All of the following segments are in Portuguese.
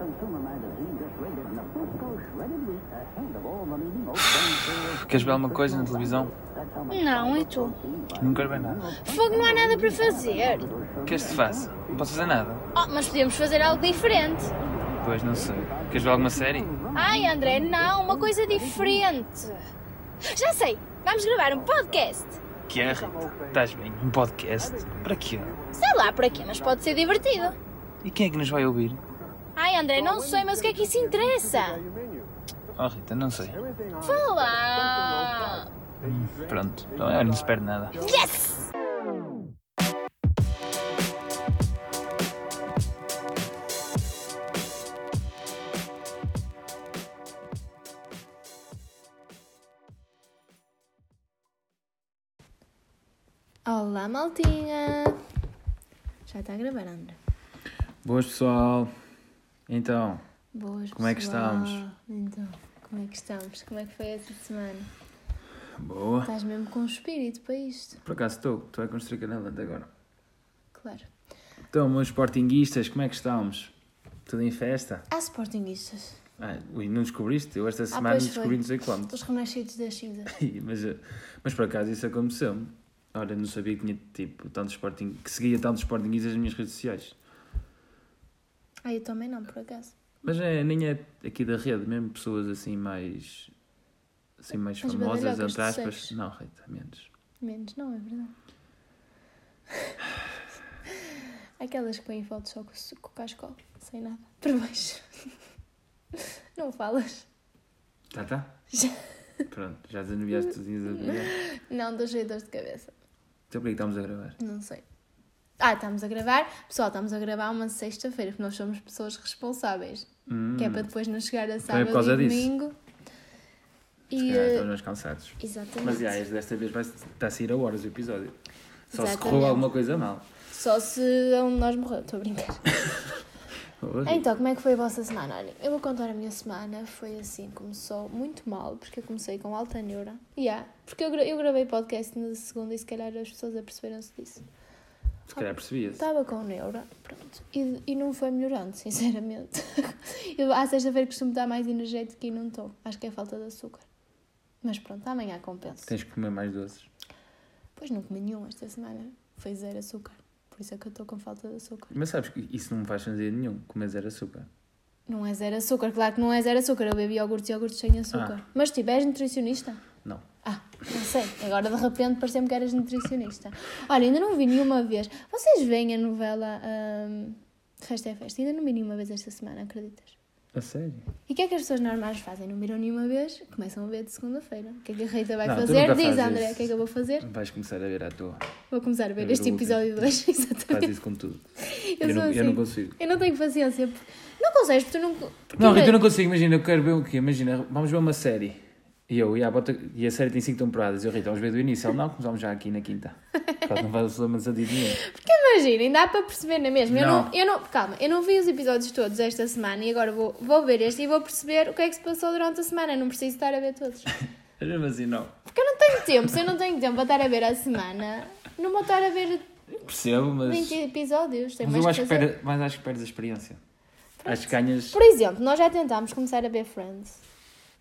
consumer magazine just rated Nabisco shredded wheat ahead of all the leading oat Queres ver alguma coisa na televisão? Não, e tu? Não quero ver nada. Fogo, não há nada para fazer. Queres que te faça? Não posso fazer nada. Oh, mas podemos fazer algo diferente. Pois não sei. Queres ver alguma série? Ai, André, não, uma coisa diferente. Já sei, vamos gravar um podcast. Que é, Rita? Estás bem? Um podcast? Para quê? Sei lá para quê, mas pode ser divertido. E quem é que nos vai ouvir? Ai, André, não sei, mas o que é que isso interessa? Oh, Rita, não sei. Fala! Pronto. Então, olha, não se perde nada. Yes! Olá, maltinha! Já está a gravar, André. Boas, pessoal. Então, Boas, Como é que pessoal. estamos? Então, como é que estamos? Como é que foi essa semana? boa. Estás mesmo com um espírito para isto? Por acaso estou. Estou a construir canalante agora. Claro. Então, meus sportinguistas, como é que estamos? Tudo em festa? Há sportinguistas. Ah, ui, não descobriste? Eu esta Ah, semana pois descobri foi. não sei quanto. Os renascidos das cinzas. Ih, mas, eh, mas por acaso isso aconteceu-me. Olha, não sabia que tinha tipo tanto Sporting, que seguia tantos Sportingistas nas minhas redes sociais. Ah, eu também não, por acaso. Mas é, nem é aqui da rede, mesmo pessoas assim mais assim mais As famosas, badalhocas entre de aspas. sexo. Não, Rita, menos. Menos, não, é verdade. Aquelas que põem fotos só com, o- com o cascol, sem nada, por baixo. Não falas. Tá, tá? Já. Pronto, já desanuviaste tudinho da vida. Não, dou jeito de dor de cabeça. Então por que estamos a gravar? Não sei. Ah, estamos a gravar. Pessoal, estamos a gravar uma sexta-feira, porque nós somos pessoas responsáveis. Hum, Que é para depois não chegar a é por sábado causa e disso. domingo. se E, calhar eh, estamos mais cansados. exatamente. Mas já, este desta vez vai está a sair a horas o episódio. Só se correu Exatamente. alguma coisa mal. Só se um de nós morreu, estou a brincar. Oh, Rita. Então, como é que foi a vossa semana? Olha, eu vou contar a minha semana. Foi assim, começou muito mal, porque eu comecei com alta neura. Yeah, porque eu, gra- eu gravei podcast na segunda e se calhar as pessoas aperceberam-se disso. Se calhar percebia-se. Estava com neura, pronto. E, e não foi melhorando, sinceramente. Eu, à sexta-feira costumo estar mais energética e não estou. Acho que é falta de açúcar. Mas pronto, amanhã compensa. Tens que comer mais doces. Pois não comi nenhum esta semana. Foi zero açúcar. Por isso é que eu estou com falta de açúcar. Mas sabes que isso não me faz sentido nenhum, comer zero é açúcar. Não é zero açúcar, claro que não é zero açúcar. Eu bebo iogurte e iogurte sem açúcar. Mas tipo, és nutricionista? Não. Ah, não sei. Agora de repente pareceu-me que eras nutricionista. Olha, ainda não vi nenhuma vez. Vocês veem a novela hum, Resto é Festa? Ainda não vi nenhuma vez esta semana, acreditas? A sério? E o que é que as pessoas normais fazem? Não viram nenhuma vez? Começam a ver de segunda-feira. O que é que a Rita vai Não, tu fazer? nunca Diz, fazes André, isso. o que é que eu vou fazer? Vais começar a ver à toa. Vou começar a ver Eu este vou ver. episódio 2, Faz exatamente. isso com tudo. Eu Eu sou não, eu assim. não consigo. Eu não tenho paciência. Não consegues, porque tu não... Porque Não, Rita, eu não consigo. Imagina, eu quero ver o quê? Imagina, vamos ver uma série. E eu, e a, bota, e a série tem 5 temporadas. Eu, Rita, vamos ver do início. Ele, não, começamos já aqui na quinta. Pronto, não faz absolutamente sentido nenhum. Porque imagina, ainda dá para perceber na mesma. Eu Não. não, eu não, calma, eu não vi os episódios todos esta semana e agora vou, vou ver este e vou perceber o que é que se passou durante a semana. Eu Não preciso estar a ver todos. Mas mesmo assim, não. Porque eu não tenho tempo. Se eu não tenho tempo para estar a ver a semana, não vou estar a ver Percebo, mas. 20 episódios. Tem Mas mais eu que acho que, fazer. perdes, mas acho que perdes a experiência. Acho que ganhas. Por exemplo, nós já tentámos começar a ver Friends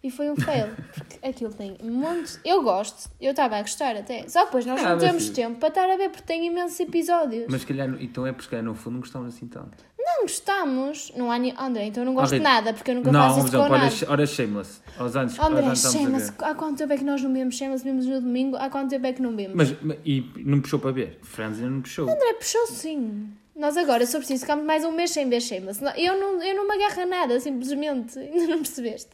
e foi um fail. Porque aquilo tem montes. Eu gosto, eu estava a gostar até. Só que depois nós Ah, não mas temos sim. tempo para estar a ver porque tem imensos episódios. Mas se calhar, então é porque se calhar no fundo não gostamos assim tanto. Não gostamos. Não há ni... André, então eu não Ah, gosto de Rita. nada porque eu nunca Não, faço por isso com exemplo, nada. horas, horas shameless. Aos anos, aos André, anos estamos a ver. chama-se. Há quanto tempo é que nós não bebemos? Chama-se, bebemos no domingo. Há quanto tempo é que não bebemos? Mas, mas- e não puxou para ver? Friends ainda não puxou. André puxou sim. Nós agora, se eu preciso, ficamos mais um mês sem ver Shameless. Não- Eu não, eu não me agarro a nada, simplesmente. Ainda não percebeste.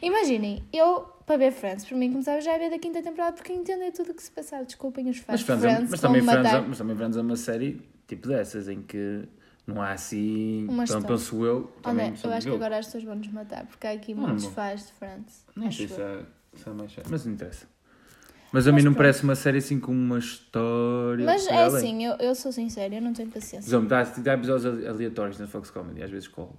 Imaginem, eu, para ver Friends, por mim começava já a ver da quinta temporada porque eu entendo é tudo o que se passava. Desculpem os fãs Mas, de Friends, Friends, é- mas, vão me também Friends, matar. é- mas também Friends é uma série tipo dessas, em que não há assim. Então Uma história. penso eu. também André, sou eu acho que eu. agora as pessoas vão nos matar porque há aqui Não, muitos não. fãs de Friends. Nem acho sei se eu. há, se há mais séries, Mas não interessa. Mas a mim não pronto. parece uma série assim com uma história. Mas por é além. assim, eu, eu sou sincera, eu não tenho Por paciência. exemplo, dá, dá episódios ale- aleatórios na Fox Comedy, às vezes colo.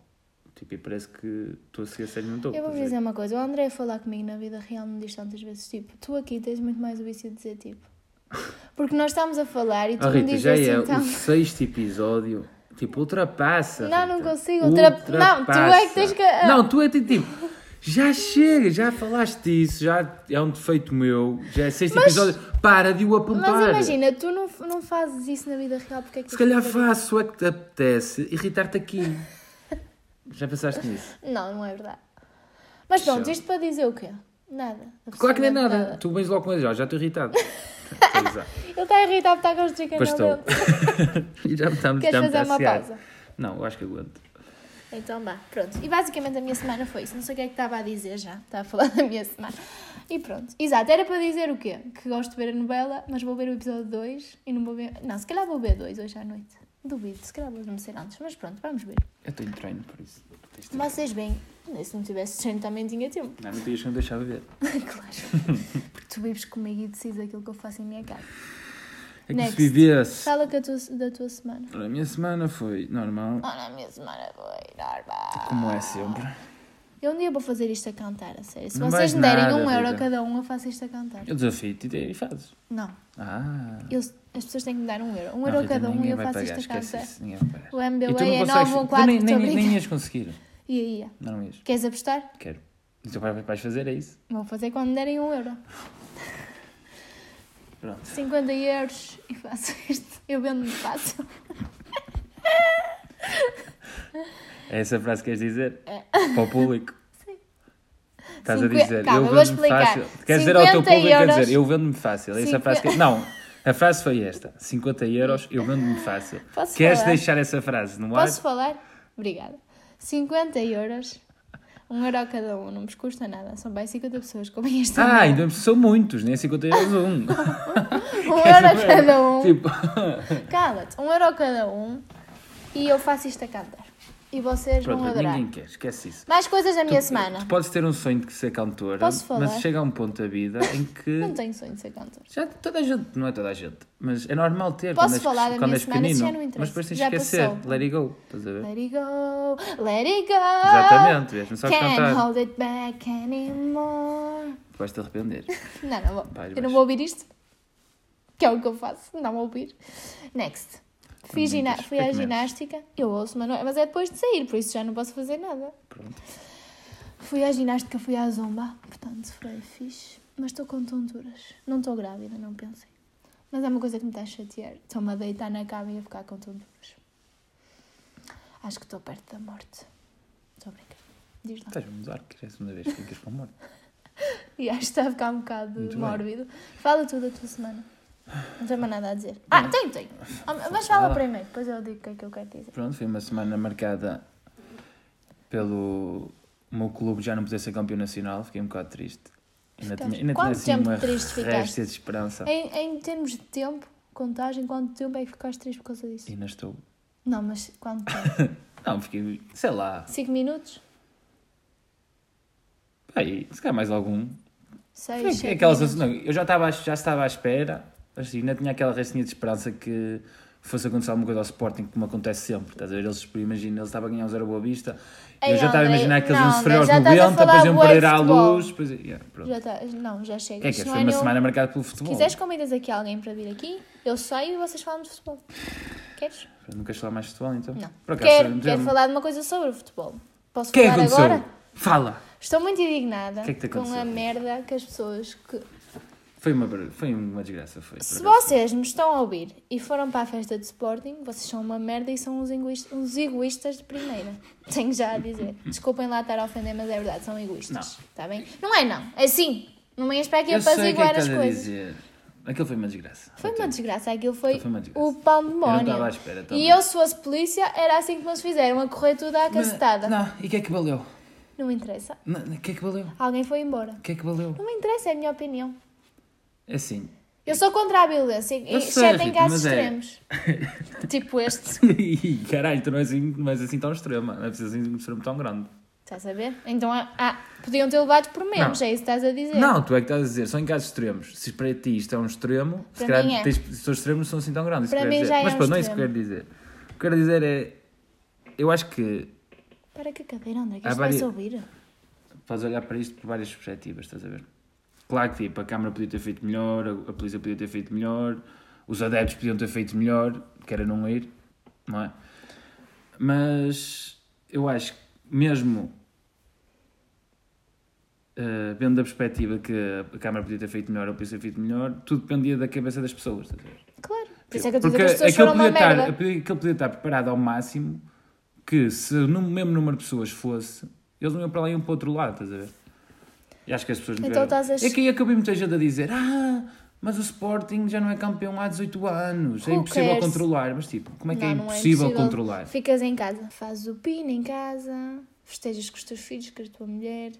Tipo, e parece que estou a seguir a série e não estou. Eu vou estás a ver? dizer uma coisa, o André falar comigo na vida real me diz tantas vezes, tipo, tu aqui tens muito mais o vício de dizer tipo. Porque nós estamos a falar e tu Ah, me Rita, dizes já assim, é então. o sexto episódio Tipo, ultrapassa. Não, não Rita. consigo ultra- Não, tu é que tens que- Não, tu é que tipo. Já chega, já falaste disso, já é um defeito meu, já é sexto episódio. Para de o apontar. Mas imagina, tu não, não fazes isso na vida real, porque é que Se tens calhar que fazer faço, é que te apetece irritar-te aqui. Já pensaste nisso? isso? Não, não é verdade. Mas pronto, Show. isto para dizer o quê? Nada. Claro que não é Absolutamente nada. Tu vens logo com ele, já já estou irritado. Pois é. Ele está irritado, está com os chicken Pois estou. dentro. E já me está já me Queres está fazer a uma assear. pausa? Não, eu acho que aguento. Então vá, pronto. E basicamente a minha semana foi isso. Não sei o que é que estava a dizer já. Estava a falar da minha semana. E pronto. Exato, era para dizer o quê? Que gosto de ver a novela, mas vou ver o episódio 2 e não vou ver. Não, se calhar vou ver dois hoje à noite. Duvido, se calhar vou me ser antes. Mas pronto, vamos ver. Eu estou em treino, por isso. Tens de- Vocês bem. Se não tivesse treino também tinha tempo. Não, não tinhas que me deixar ver. claro. Porque tu vives comigo e decides aquilo que eu faço em minha casa. É que Next. se vivesse. Fala que a tua, da tua semana. Ora, A minha semana foi normal, Ora, a minha semana foi normal. como é sempre. Eu um dia vou fazer isto a cantar, a sério. Se Não vocês vais me derem nada, um euro a Rita. cada um, eu faço isto a cantar. Eu desafio-te e fazes. Não. Ah. Eu- as pessoas têm que me dar um euro. Um Não, euro a Rita, cada um e ninguém eu vai faço pagar, isto a esquece cantar. isso, ninguém vai pagar. O E MBA tu não é consegues- 9 ou tu 4, nem, estou a nem, nem brincar. ias conseguir. E aí, ia. Não ias. queres apostar? Quero. E tu vais, vais fazer, é isso? Vou fazer quando me derem um euro. Pronto. 50 euros e faço isto. Eu vendo-me fácil. É essa a frase que queres dizer? Para o público. É. Sim. Estás a Cinquen- dizer, Calma, eu eu vou vendo-me explicar. fácil. Queres dizer ao teu 50 público, quer euros- dizer, eu vendo-me fácil. É essa a frase que... Cinquen- Não, a frase foi esta. 50 euros, eu vendo-me fácil. Posso queres falar? deixar essa frase no ar? Posso falar? Obrigada. 50 euros. Um euro a cada um. Não me custa nada. São bem 50 pessoas que ouvem isto. Ah, ainda são muitos, nem 50 euros um. Um euro a cada um. Tipo, Cala-te. Um euro a cada um. E eu faço isto a cantar. E vocês vão pronto, adorar. ninguém quer, esquece isso. Mais coisas da minha semana. Tu podes ter um sonho de ser cantora, Posso falar? mas chega a um ponto da vida em que. Não tenho sonho de ser cantor. Já toda a gente, não é toda a gente, mas é normal ter Posso quando és, falar da quando minha és semana? pequenino. Isso já não interessa. mas depois tens de Já esquecer. passou. É. Let it go, estás a ver? Let it go, let it go. Exatamente, vês, não sabes Can't cantar. hold it back anymore. Vais te arrepender. Não, não vou. Vais, eu vais. não vou ouvir isto. Que é o que eu faço, não vou ouvir. Next. Fui, Não gina- mintas, fui à recomendo. ginástica. Eu ouço, mas, não- mas é depois de sair, por isso já não posso fazer nada. Pronto. Fui à ginástica, fui à zumba. Portanto, foi fixe. Mas estou com tonturas. Não estou grávida, não pensei. Mas é uma coisa que me está a chatear. Estou-me a deitar na cama e a ficar com tonturas. Acho que estou perto da morte. Estou a brincar. Diz lá. Estás a mudar, que é a segunda vez que ficas com a morte. E acho que está a ficar um bocado Muito bem. mórbido. Fala tu da tua semana. Não tenho mais nada a dizer. Ah, tenho, tenho. Ah, Mas fala primeiro, depois eu digo o que é que eu quero dizer. Pronto, foi uma semana marcada pelo o meu clube já não poder ser campeão nacional, fiquei um bocado triste. Ainda Ficaste- tinha, ainda tinha Quanto assim tempo uma triste ficaste? réstia de esperança. Em, em termos de tempo, contagem, quanto tempo é que ficaste triste por causa disso? E não estou. Não, mas quanto tempo? Não, fiquei, sei lá, 5 minutos? aí, se calhar mais algum. 6, Sim, aquela sensação- não, eu já estava, à- já estava à espera, assim, ainda tinha aquela restinha de esperança que fosse acontecer alguma coisa ao Sporting, como acontece sempre. Estás a ver? Eles, imagina, eles estavam a ganhar um zero à boa vista, Ei, eu já estava a André, imaginar que eles não, iam sofrer aos André, já estás a 90, depois falar iam bué de perder à futebol. luz. Depois, yeah, pronto. Já tá, não, já chega. Que é que Isto é? não Foi uma nenhum- semana marcada pelo futebol. Quiseres convidas aqui alguém para vir aqui? Eu saio e vocês falam de futebol. Queres? Não queres falar mais de futebol, então? Não. Por acaso, quero, já- quero falar de uma coisa sobre o futebol. Posso O que é que falar aconteceu? agora? Fala! Estou muito indignada Que é que te com a aconteceu? merda que as pessoas que. Foi uma, bar- foi uma desgraça, foi. por Se acaso. vocês me estão a ouvir e foram para a festa de Sporting, vocês são uma merda e são uns, egoístas, uns egoístas de primeira. Tenho já a dizer. Desculpem lá estar a ofender, mas é verdade, são egoístas. Não. Está bem? Não é não. É sim. Não venhas para aqui Eu a sei o que é apaziguar que as estás a coisas. dizer. Aquilo foi uma desgraça. Foi uma desgraça, aquilo foi, Foi uma o desgraça. pandemónio. Eu não estava à espera também. e eu, se fosse polícia, era assim que nos fizeram, a correr tudo à Mas- cacetada. Não. Não, e o que é que valeu? interessa. Não, O que é que valeu? Alguém foi embora. O que é que valeu? Não me interessa, é a minha opinião. É assim, Eu sou contra a violência, Eu sei, exceto em Rita, casos mas é- extremos. tipo este. Ih, Caralho, tu não és, assim, não és assim tão extrema, não é preciso assim um extremo tão grande. Estás a ver? Então há- há- podiam ter levado por menos, é isso que estás a dizer. Não, tu é que estás a dizer, são em casos extremos. Se para ti isto é um extremo, se Para calhar mim é. tens, os teus extremos não são assim tão grandes. isso que Para eu mim quero já é dizer. Mas um pronto, não é isso que eu quero extremo. dizer. O que eu quero dizer é. Eu acho que Para que cadeira, André, que Há isto vai-se vari- ouvir. podes olhar para isto por várias perspectivas, estás a ver? Claro que tipo, a Câmara podia ter feito melhor, a- a Polícia podia ter feito melhor, os adeptos podiam ter feito melhor, que era não ir, não é? Mas eu acho que mesmo eh, vendo da perspectiva que a Câmara podia ter feito melhor ou podia ter feito melhor, tudo dependia da cabeça das pessoas. estás a ver? Claro. Por isso é que eu te digo Porque que as pessoas foram uma podia estar, merda. aquele podia estar preparado ao máximo que se no mesmo número de pessoas fosse, eles não iam para lá e iam para o outro lado, estás a ver? E acho que as pessoas não Então tiveram- estás a- É que aí acabei muita gente a dizer, ah, mas o Sporting já não é campeão há 18 anos, é Who impossível cares?" controlar. Mas tipo, como é que é Não, não impossível controlar? Ficas em casa, fazes o pino em casa, festejas com os teus filhos, com a tua mulher,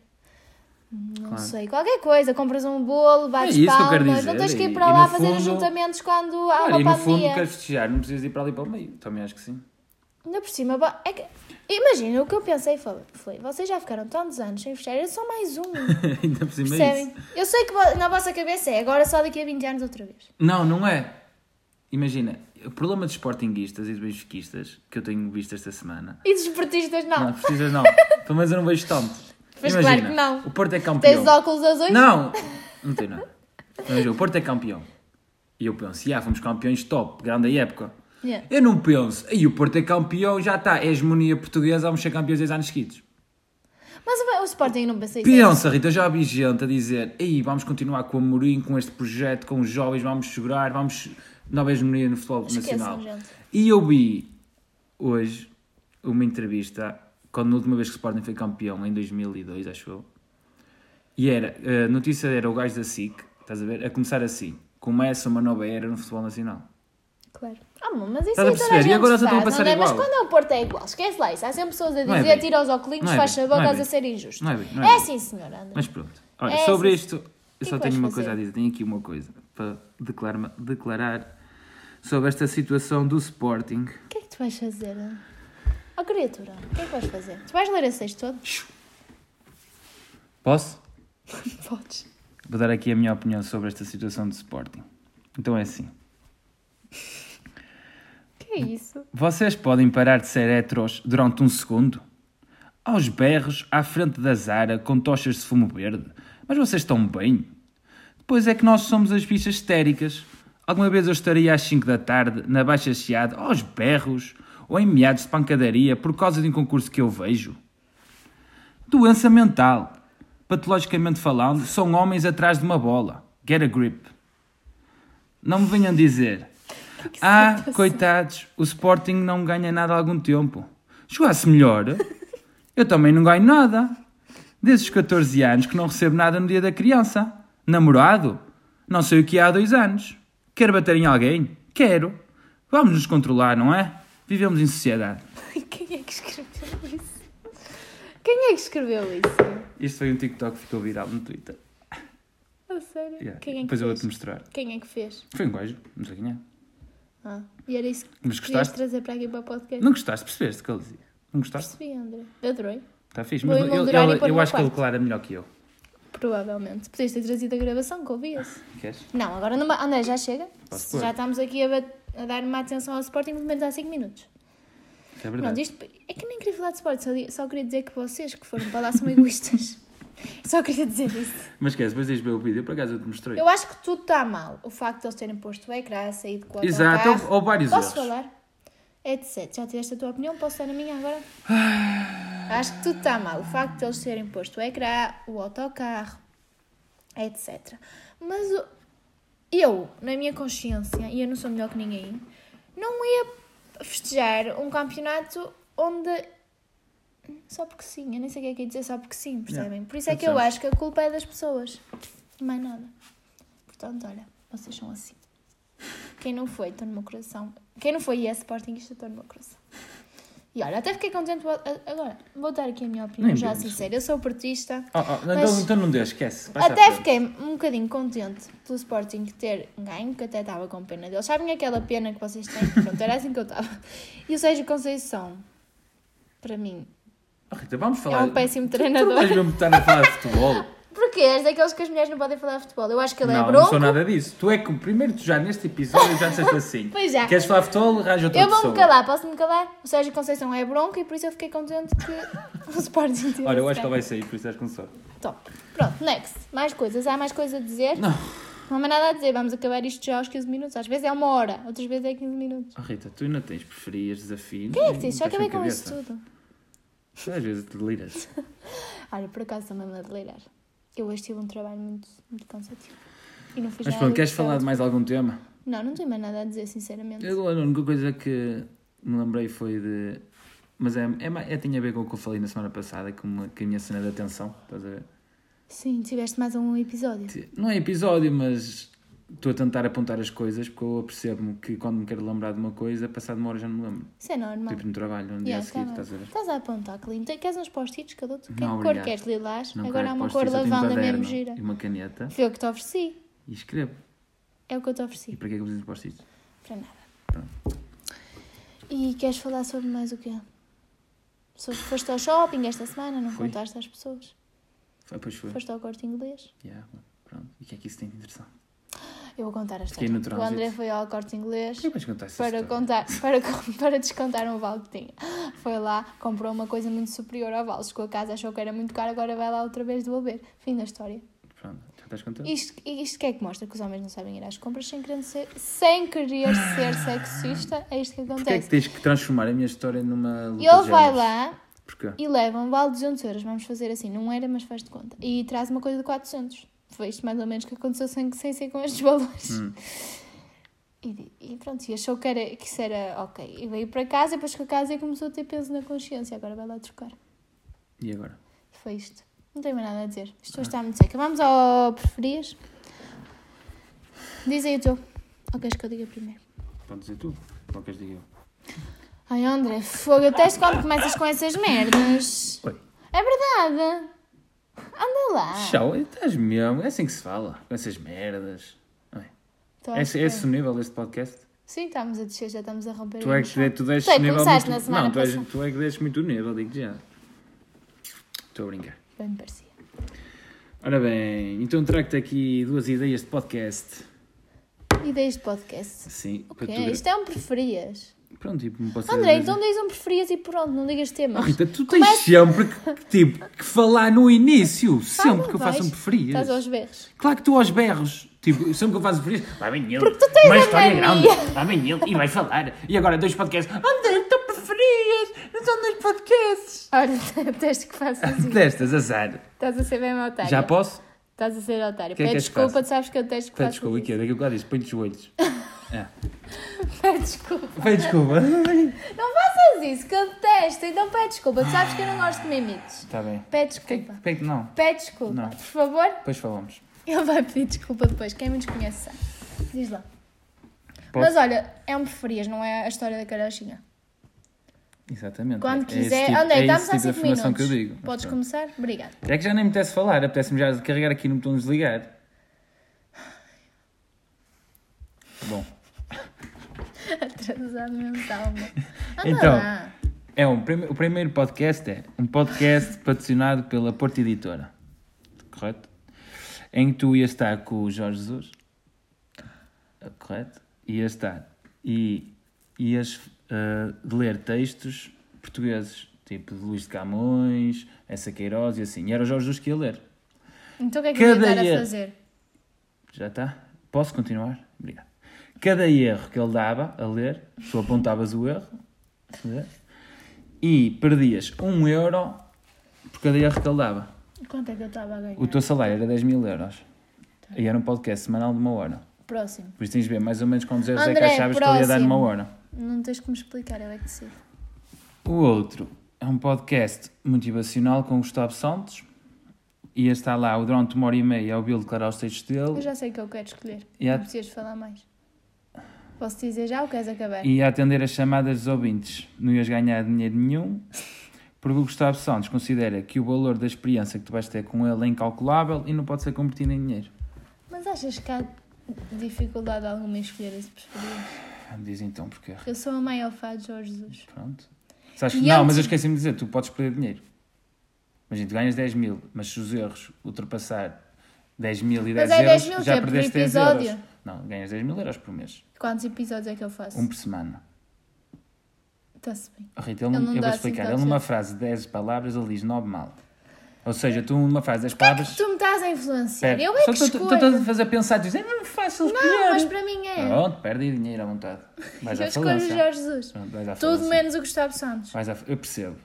não Claro. sei, qualquer coisa, compras um bolo, bates É isso que eu palmas, quero não dizer, tens que ir e- para e lá no fazer fundo- ajuntamentos quando há Claro, uma e no fundo pandemia. queres festejar, não precisas ir para ali para o meio. Também acho que sim. Ainda por cima, bo- é que, imagina, o que eu pensei foi, foi, vocês já ficaram tantos anos sem festejar, é só mais um, Ainda por cima é percebem? isso. Eu sei que vo- na vossa cabeça é, agora só daqui a 20 anos outra vez. Não, não é. Imagina, o problema dos sportinguistas e dos benfiquistas que eu tenho visto esta semana E desportistas não, Não, precisas não. Pelo menos eu não vejo tanto. Pois Imagina, claro que não. O Porto é campeão. tens óculos azuis, Não, não tem nada. Mas o Porto é campeão. E eu penso, já fomos campeões top, grande época. Yeah. Eu não penso, aí o Porto é campeão, já está, é hegemonia portuguesa, vamos ser campeões dois anos seguidos. mas o, o Sporting não pensei isso. Pensa, Rita, já vi gente a dizer, aí vamos continuar com o Amorim, com este projeto, com os jovens, vamos segurar, vamos nova hegemonia no futebol Esqueçam, nacional. gente. E eu vi hoje uma entrevista, quando na última vez que o Sporting foi campeão, em 2002, acho eu, e era, a notícia era o gajo da SIC, estás a ver, a começar assim, começa uma nova era no futebol nacional. Claro. Ah, bom, mas isso Estás a aí toda a perceber? E gente agora só estão a faz, passar não é? Mas igual. quando é o Porto é igual, esquece lá isso. Há sempre pessoas a Não é dizer, bem. tira os óculos, Não é faz bem. sabor, Não é estás bem. a ser injusto. Não é bem, não é bem. sim, senhora, André. Mas pronto. Olha, É, sobre sim. isto, eu que só é tenho que vais uma coisa a fazer? dizer. Tenho aqui uma coisa para declarar, declarar sobre esta situação do Sporting. O que é que tu vais fazer? hein? Ó criatura, o que é que vais fazer? Tu vais ler esse texto todo? Posso? Podes. Vou dar aqui a minha opinião sobre esta situação do Sporting. Então é assim. que é isso? Vocês podem parar de ser heteros durante um segundo? Aos berros, à frente da Zara, com tochas de fumo verde. Mas vocês estão bem? Depois é que nós somos as bichas histéricas. Alguma vez eu estaria às 5 da tarde, na Baixa Chiada, aos berros, ou em meados de pancadaria, por causa de um concurso que eu vejo? Doença mental. Patologicamente falando, são homens atrás de uma bola. Get a grip. Não me venham dizer. Ah, coitados, o Sporting não ganha nada há algum tempo. Jogasse melhor, eu também não ganho nada. Desde os 14 anos que não recebo nada no dia da criança. Namorado? Não sei o que há há dois anos. Quero bater em alguém? Quero. Vamos nos controlar, não é? Vivemos em sociedade. Quem é que escreveu isso? Quem é que escreveu isso? Isto foi um TikTok que ficou viral no Twitter. A sério? Yeah. Quem é que Depois eu fez? vou-te mostrar. Quem é que fez? Foi um gajo, não sei quem é. Ah, e era isso que Mas querias gostaste? trazer para aqui para o podcast? Não gostaste, percebeste o que ele dizia? Não gostaste? Percebi, André. Adorei. Está fixe, Vou mas ele, emoldurar e ele- pôr no eu acho que ele quarto. declara melhor que eu. Provavelmente. Podias ter trazido a gravação que ouvia-se. Queres? Não, agora não. ma- André, já chega. Posso Se pôr? já estamos aqui a, bat- a dar uma atenção ao Sporting pelo menos há 5 minutos. É Pronto, verdade. isto é que nem queria falar de Sporting, só, di- só queria dizer que vocês que foram para lá são egoístas. só queria dizer isso. Mas esquece, depois diz ver o vídeo, por acaso eu te mostrei. Eu acho que tudo está mal. O facto de eles terem posto é o ecrã, saído com o Exato, autocarro. ou- ou vários Posso erros. falar? Etc. Já tiveste a tua opinião? Posso dar a minha agora? Ah. acho que tudo está mal. O facto de eles terem posto o ecrã, o autocarro, etc. Mas o- eu, na minha consciência, e eu não sou melhor que ninguém, não ia festejar um campeonato onde. Só porque sim, eu nem sei o que é que ia dizer só porque sim, percebem? Yeah, Por isso é que eu percebemos. acho que a culpa é das pessoas. E mais nada. Portanto, olha, vocês são assim. Quem não foi, estou no meu coração. Quem não foi e é Sportingista, estou no meu coração. E olha, até fiquei contente. vou- a- Agora, vou dar aqui a minha opinião, Nem já vimos. sincera. Eu sou portista. Oh, oh, Mas- então, então não deixa, esquece. passa à Até frente. fiquei um bocadinho contente pelo Sporting ter ganho, que até estava com pena deles. Sabem aquela pena que vocês têm? Pronto, era assim que eu estava. E o Sérgio Conceição, para mim, Oh, Rita, vamos é falar. um péssimo Tu não vais treinador. mesmo estar a falar de futebol. Porquê? És daqueles que as mulheres não podem falar de futebol. Eu acho que ele é não, não bronco. sou nada disso. Tu é que primeiro tu já neste episódio já disseste assim. Pois já. Queres falar de futebol? Arranja outra Eu vou-me pessoa. calar, posso-me calar? O Sérgio Conceição é bronco e por isso eu fiquei contente que o Sporting tivesse Olha, eu acho que ganho. ele vai sair, por isso estás com sorte. Top. Pronto, next. Mais coisas. Há mais coisas a dizer? Não. Não há mais nada a dizer, vamos acabar isto já aos 15 minutos. Às vezes é uma hora, outras vezes é 15 minutos. Oh, Rita, tu ainda tens preferias desafios? Quem é que disse? Já acabei com isto tudo. Às vezes deliras. Olha, por acaso também me delirar. Eu hoje tive um trabalho muito, muito cansativo. E não fiz Mas nada pronto, de queres falar de mais algum tema? Não, não tenho mais nada a dizer, sinceramente. Eu, a única coisa que me lembrei foi de. Mas é, é, ma- é- tem a ver com o que eu falei na semana passada, com, com a minha cena da atenção, estás a ver? Sim, tiveste mais um episódio. Ti- Não é episódio, mas estou a tentar apontar as coisas porque eu percebo que quando me quero lembrar de uma coisa, passado uma hora já não me lembro. Isso é normal. Tipo no trabalho, no dia a Yeah, seguir, tá bem. estás a ver? Estás a apontar, Clinton. Queres uns post-its, cada outro? Que Não, cor obrigado. queres? Lilás? Não Agora quero há uma post-its, cor eu tenho um lavanda caderno mesmo gira. E uma caneta Foi o que te ofereci. e escrevo. É o que eu te E ofereci. para que é que eu preciso de post-its? Para nada. E queres falar sobre mais o quê? Sobre foste ao shopping esta semana, não Fui. contaste às pessoas. Ah, pois foi. Foste ao corte inglês. Yeah, bom, pronto. E o que é que isso tem de interessante? Eu vou contar a Fiquei história. no O trânsito. André foi ao corte inglês. Eu é vais contar essa Para, história. contar, para, com- para descontar um vale que tinha. Foi lá, comprou uma coisa muito superior ao vale. Chegou a casa, achou que era muito caro, agora vai lá outra vez devolver. Fim da história. Pronto, já estás contando? Isto, isto que é que mostra que os homens não sabem ir às compras sem querer ser, sem querer ser sexista? É isto que Porquê é que acontece. tens que transformar a minha história numa luta E ele de vai géneros? lá Porquê? e leva um vale de 200 euros. Vamos fazer assim, não era, mas faz de conta. E traz uma coisa de 400. Foi isto mais ou menos que aconteceu sem, sem ser com estes valores. E, di- e pronto, e achou que, era, que isso era ok. E veio para casa, e depois que a casa e começou a ter peso na consciência. Agora vai lá trocar. E agora? Foi isto. Não tenho mais nada a dizer. Isto hoje está muito seca. Vamos ao preferias. Diz aí o teu. Ou queres que eu diga primeiro? Podes dizer tu? Ou queres diga eu? Ai, André, fogo, eu testo quando começas com essas merdas. Oi. É verdade. Anda lá. Tchau, estás mesmo. É assim que se fala. Com essas merdas. Não é? Tô a É, é perceber. sonível este podcast? Então, Sim, estamos a descer, já estamos a romper. Tu é o que de- tu deixas Tu é que nível começaste muito... na semana Não, tu, és- passada. tu é que deixas muito nível, digo já. Estou a brincar. Bem me parecia. Ora bem, então trago-te aqui duas ideias de podcast. Ideias de podcast. Sim, O para quê? tu gra- Isto é um preferias. Pronto, tipo, me posso André, dizer- então diz um preferias e pronto, não digas temas. Oh, Rita, tu tens sempre que, tipo, que falar no início. Sempre Ah, que eu faço vais. um preferias. Estás aos berros. Claro que tu aos berros. Tipo, sempre que eu faço preferias, lá vem ele. Porque tu tens uma a história mania. grande. Lá vem ele e vai falar. E agora dois podcasts. André, então preferias. Não são dois podcasts. Olha, teste que faço assim. Destas, azar. Estás a ser bem otário. Já posso? Estás a ser otário. Que é que Pede és desculpa, fácil? tu sabes que eu testo que Pede faço desculpa, é- isso. aqui, daqui a bocado disse, põe os joelhos. Pede desculpa. Pede desculpa. Não faças isso, que eu detesto. Então pede desculpa. Tu sabes que eu não gosto de mimites. Está Tá bem. Pede desculpa. Pede não. Pede desculpa. é Não. Por favor, Depois falamos. ele vai pedir desculpa depois. Quem me desconhece sabe. Diz lá. Posso? Mas olha, é um preferias, não é a história da carochinha. Exatamente. Quando É esse quiser. tipo- André, é esse estamos tipo há de 5 afirmação minutos. que eu digo. Mas Podes pronto. começar? Obrigada. É que já nem me apetece falar, apetece-me já carregar aqui no botão de desligar. Tá Bom, Atrasado mental. meu. Anda Então. lá. é um, prime- o primeiro podcast é um podcast patrocinado pela Porta Editora, correto? Em que tu ias estar com o Jorge Jesus, correto? Ias estar e ias ah, ler textos portugueses, tipo de Luís de Camões, Essa Queiroz e assim. E era o Jorge Jesus que ia ler. Então o que é que eu ia Cada estar a erro. fazer? Já está? Posso continuar? Obrigado. Cada erro que ele dava a ler, tu apontavas o erro a ler, e perdias um euro por cada erro que ele dava. Quanto é que eu estava a ganhar? O teu salário era 10 mil euros. Tá. E era um podcast semanal de uma hora. Próximo. Por isso tens de ver mais ou menos quantos euros é que André, achavas que ele ia dar próximo. numa hora. Não tens que me explicar, eu é que decido. O outro é um podcast motivacional com o Gustavo Santos. Ia estar lá durante uma hora e meia ao Bill declarar os textos Eu dele. já sei o que eu quero escolher. Yeah. Não precisas falar mais. Posso dizer já ou queres acabar? e a atender as chamadas dos ouvintes. Não ias ganhar dinheiro nenhum, porque o Gustavo Santos considera que o valor da experiência que tu vais ter com ele é incalculável e não pode ser convertido em dinheiro. Mas achas que há dificuldade alguma em escolher esse preferias? Ah, Diz então porque Eu sou a maior fã de Jorge Jesus. Pronto. Sabes que- E não, antes- mas eu esqueci-me de dizer, tu podes perder dinheiro. Imagina, tu ganhas 10 mil, mas se os erros ultrapassar 10 mil e 10 Mas é 10 euros, mil, que já é por perdeste 10 episódio? euros. Não, ganhas 10 mil euros por mês. Quantos episódios é que eu faço? Um por semana. Está-se bem. Rita, ele Ele não- não eu dá vou assim explicar. tanto Ele numa jeito. frase de 10 palavras, ele diz 9 mal. Ou seja, tu numa frase das Porquê palavras. que tu me estás a influenciar? Pera, Eu é só que tu- tu- escolho. tu estás a Oh, fazer pensar, dizes, é mesmo fácil escolher. Não, mas para mim é. Pronto, perde dinheiro à vontade. Vais eu à escolho o falência. Jorge Jesus. Pronto, vais à Tudo falência. menos o Gustavo Santos. Vais à- Eu percebo.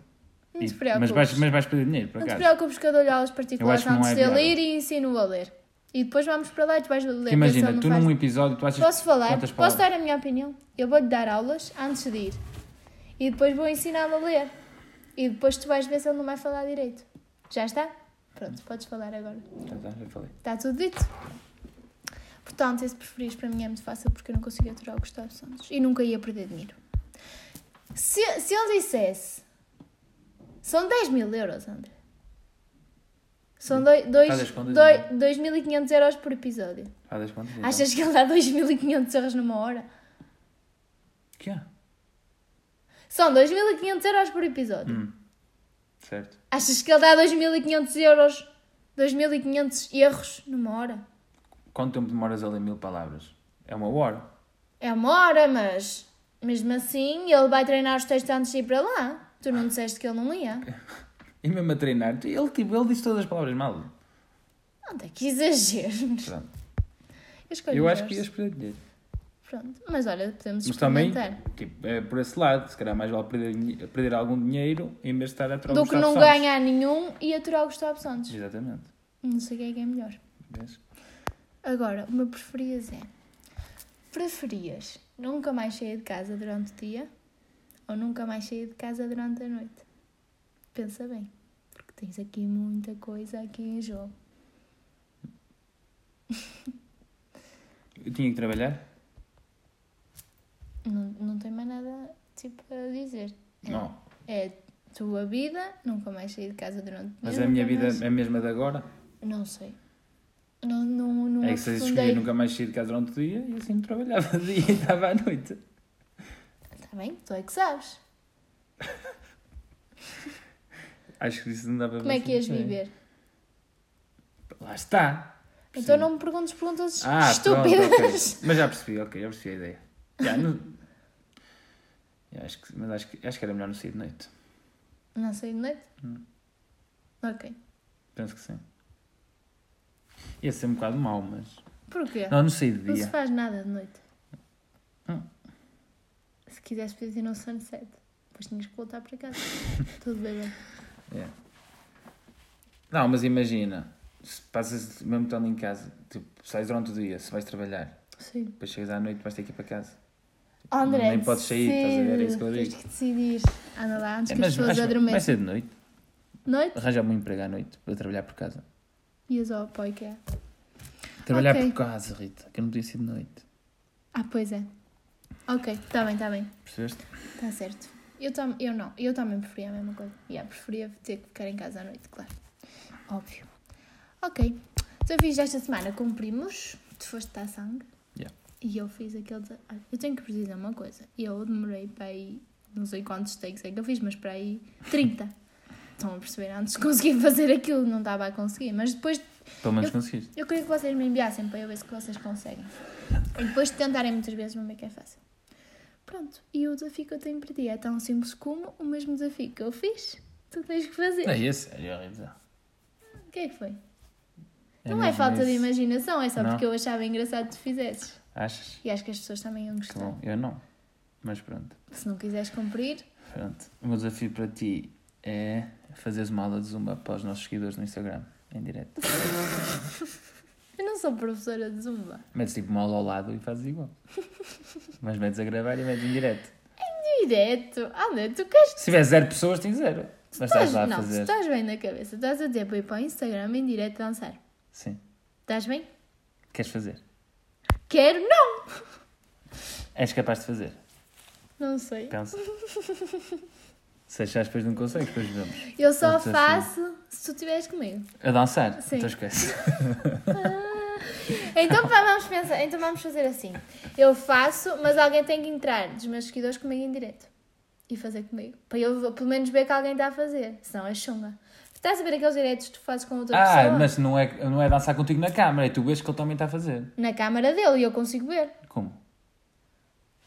Não te E- preocupes. mas, vais, mas vais perder dinheiro, por Não te acaso. preocupes que eu dou-lhe aulas Eu particulares acho que não antes é dele viável. ir e ensino-o a ler. E depois vamos para lá e tu vais ler. Porque ver se imagina, ele tu não faz. num episódio tu achas Posso falar? quantas Posso palavras? dar a minha opinião? Eu vou-lhe dar aulas antes de ir. E depois vou ensiná-lo a ler. E depois tu vais ver se ele não vai falar direito. Já está? Pronto, podes falar agora. Já está, já falei. Está tudo dito. Portanto, esse preferir para mim é muito fácil porque eu não consigo aturar o Gustavo Santos. E nunca ia perder dinheiro. Se, se ele dissesse... São 10 mil euros, André. São dois- Estás a dois- esconder dois- 2.500 euros por episódio. Falas quantas? então? Achas que ele dá 2.500 euros numa hora? Que é? São 2.500 euros por episódio. Certo. Achas que ele dá 2.500 euros, 2.500 erros numa hora? Quanto tempo demoras a ler mil palavras? É uma hora. É uma hora, mas mesmo assim ele vai treinar os textos antes de ir para lá. Tu não disseste que ele não lia. E mesmo a treinar, tu- ele, tipo, ele disse todas as palavras mal. Anda, que exagero. Pronto. Eu, escolho Eu acho melhores. que ias perder dinheiro. Pronto, mas olha, podemos Mas também, experimentar. tipo, é por esse lado, se calhar mais vale perder, dinhe- perder algum dinheiro em vez de estar a trocar Do os que não calçados. ganhar nenhum e aturar o Gustavo Santos. Exatamente. Não sei quem é que é melhor. Vês? Agora, o meu preferias é: preferias nunca mais sair de casa durante o dia ou nunca mais sair de casa durante a noite? Pensa bem, porque tens aqui muita coisa aqui em jogo. Eu tinha que trabalhar? Não, não tem mais nada tipo a dizer. É. Não. É tua vida, nunca mais sair de casa durante o dia. Mas a minha nunca vida mais- é a mesma de agora? Não sei. Não, não, não é que se eu aprofundei. escolher nunca mais sair de casa durante o dia, e assim trabalhava de dia e estava à noite. Tá bem, tu é que sabes. Acho que isso não dava Como é que ias bastante bem. viver? Lá está. Então não me perguntes perguntas Ah, estúpidas. pronto, ok. Mas já percebi, ok, já percebi a ideia. Já, não- Já, acho que, mas acho que, acho que era melhor não sair de noite. Não sei de noite? Hum. Ok. Penso que sim. Ia ser um bocado mau, mas. Porquê? Não, Não, não saí de se dia. faz nada de noite. Hum. Se quisesse fazer um sunset, depois tinhas que voltar para casa. Tudo bem. bem. É. Não, mas imagina, se passas mesmo estando em casa, tipo, sais durante o dia, se vais trabalhar, Sim. depois chegas à noite vais ter que ir para casa. André, nem podes sair, estás a ver? É isso que eu decide. digo. Tens que decidir. Anda lá antes É, que as mas pessoas acho- vai adormeçam. ser de noite. Noite? Arranjar-me um emprego à noite para eu trabalhar por casa. Ias ao apoio que é. Trabalhar Ok. por casa, Rita, que eu não podia ser de noite. Ah, pois é. Ok, está bem, está bem. Percebeste? Está certo. Eu, tam eu não, eu também preferia a mesma coisa. Yeah, preferia ter que ficar em casa à noite, claro. Óbvio. Ok. Desafios desta semana cumprimos. Tu foste dar sangue. Yeah. E eu fiz aquele desa- Ah, Eu tenho que vos dizer uma coisa. Eu demorei para aí, não sei quantos takes é que eu fiz, mas para aí 30. Estão a perceber? Antes consegui fazer aquilo, não estava a conseguir. Mas depois Pelo menos Eu- conseguiste. eu queria que vocês me enviassem para eu ver se que vocês conseguem. E depois de tentarem muitas vezes, vão ver que é fácil. Pronto, e o desafio que eu tenho para ti é tão simples como o mesmo desafio que eu fiz, tu tens que fazer. Não, é sério, Rita. O que é que foi? É não é mesmo falta de isso. imaginação, é só Não. porque eu achava engraçado que tu fizesses. Achas? E acho que as pessoas também iam Que gostar. Tá bom, eu não. Mas pronto. Se não quiseres cumprir, Pronto. O meu desafio para ti é fazeres uma aula de zumba para os nossos seguidores no Instagram, em direto. eu não sou professora de zumba. Metes tipo uma aula ao lado e fazes igual. Mas metes a gravar e metes em direto. Direto! Anda, É tu queres Se tiver zero pessoas, tem zero. Mas estás Estás, lá a não, tu fazer. estás bem na cabeça. Estás a dizer para ir para o Instagram em direto dançar. Sim. Estás bem? Queres fazer? Quero não! És capaz de fazer. Não sei. Pensa. Se achares depois não consegues, depois vemos. Eu só Outro faço se tu estiveres comigo. A dançar? Sim. Então esquece. Então pá, vamos pensar, então vamos fazer assim. Eu faço, mas alguém tem que entrar dos meus seguidores comigo em direto e fazer comigo. Para eu pelo menos ver que alguém está a fazer, senão é chunga. Estás a ver aqueles diretos que tu fazes com outra Ah, pessoa? mas não é, não é dançar contigo na câmara, e tu vês que ele também está a fazer. Na câmara dele e eu consigo ver. Como?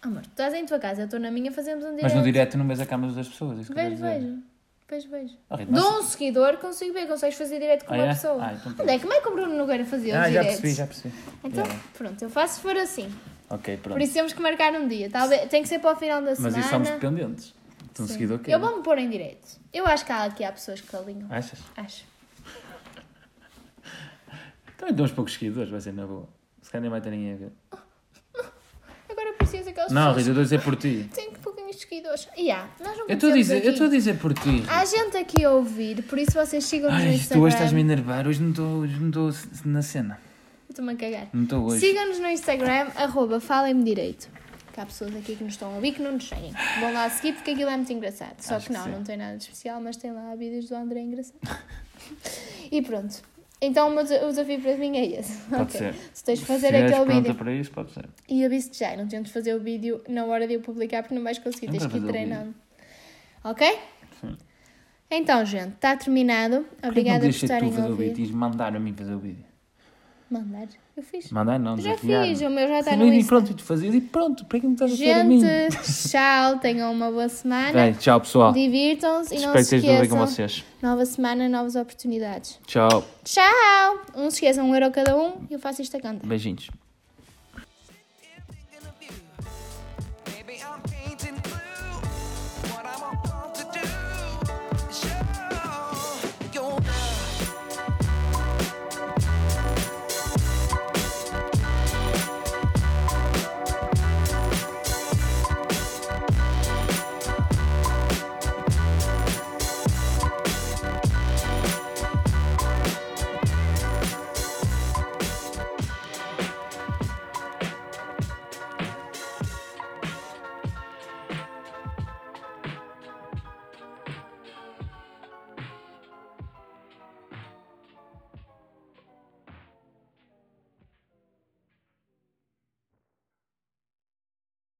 Amor, tu estás em tua casa, eu estou na minha, fazemos um direto. Mas no direto não vês a câmara das pessoas. é isso que eu Vejo, quero dizer. vejo. Depois vejo. Ok, mas- Dou um seguidor, consigo ver, consegues fazer direto com Ah, uma é? pessoa. Ah, então pronto. Onde é? Como é que o Bruno Nogueira fazia os Ah, já diretos? percebi, já percebi. Então, Já. pronto, eu faço se for assim. Ok, pronto. Por isso temos que marcar um dia. Talvez, tem que ser para o final da Mas semana. isso somos dependentes. Então, Sim. seguido, ok. Eu vou-me pôr em direto. Eu acho que há aqui há pessoas que alinham. Achas? Acho. Também dou uns poucos seguidores, vai ser na boa. Se calhar nem vai ter ninguém a ver. Agora preciso aquelas Não, Rita, pessoas eu estou a dizer por ti. que têm que pouquinhos seguidores. E há, nós não Eu estou a dizer, eu conhecemos estou a aqui. dizer por ti. Rita. Há gente aqui a ouvir, por isso vocês sigam-nos no Ai, Instagram. tu hoje estás-me a enervar, hoje não estou hoje não estou s- na cena. Eu Estou-me a cagar. Não estou hoje. Sigam-nos no Instagram, arroba falem-me direito. Que há pessoas aqui que nos estão a ouvir que não nos seguem. Vão lá seguir porque aquilo é muito engraçado. Só Acho que que não, sim. não tem nada de especial, mas tem lá vídeos do André engraçado. e pronto. Então o meu desa- o desafio para mim é esse. Pode Ok. ser. Tu tens de fazer Se estiveres aquele pronta vídeo. para isso, pode ser. E aviso-te já, não tentes fazer o vídeo na hora de eu publicar porque não vais conseguir, Não tens vai que ir fazer o vídeo. treinando. Ok? Sim. Então, gente, está terminado. Obrigada Obrigada não por deixa tu estarem a fazer o vídeo, ouvir. tens de mandar a mim fazer o vídeo. Mandar. Eu fiz. Mandar não, Já desafiar-me. fiz, o meu já está Sim, no E Insta. pronto, e tu fazias e pronto, para que me estás a fazer a mim? Gente, tchau, tenham uma boa semana. Bem, tchau pessoal. Divirtam-se e não Espero que se estejas bem com esqueçam. vocês. Nova semana, novas oportunidades. Tchau. Tchau! Não se esqueçam, um euro cada um. Eu faço isto a cantar. Beijinhos.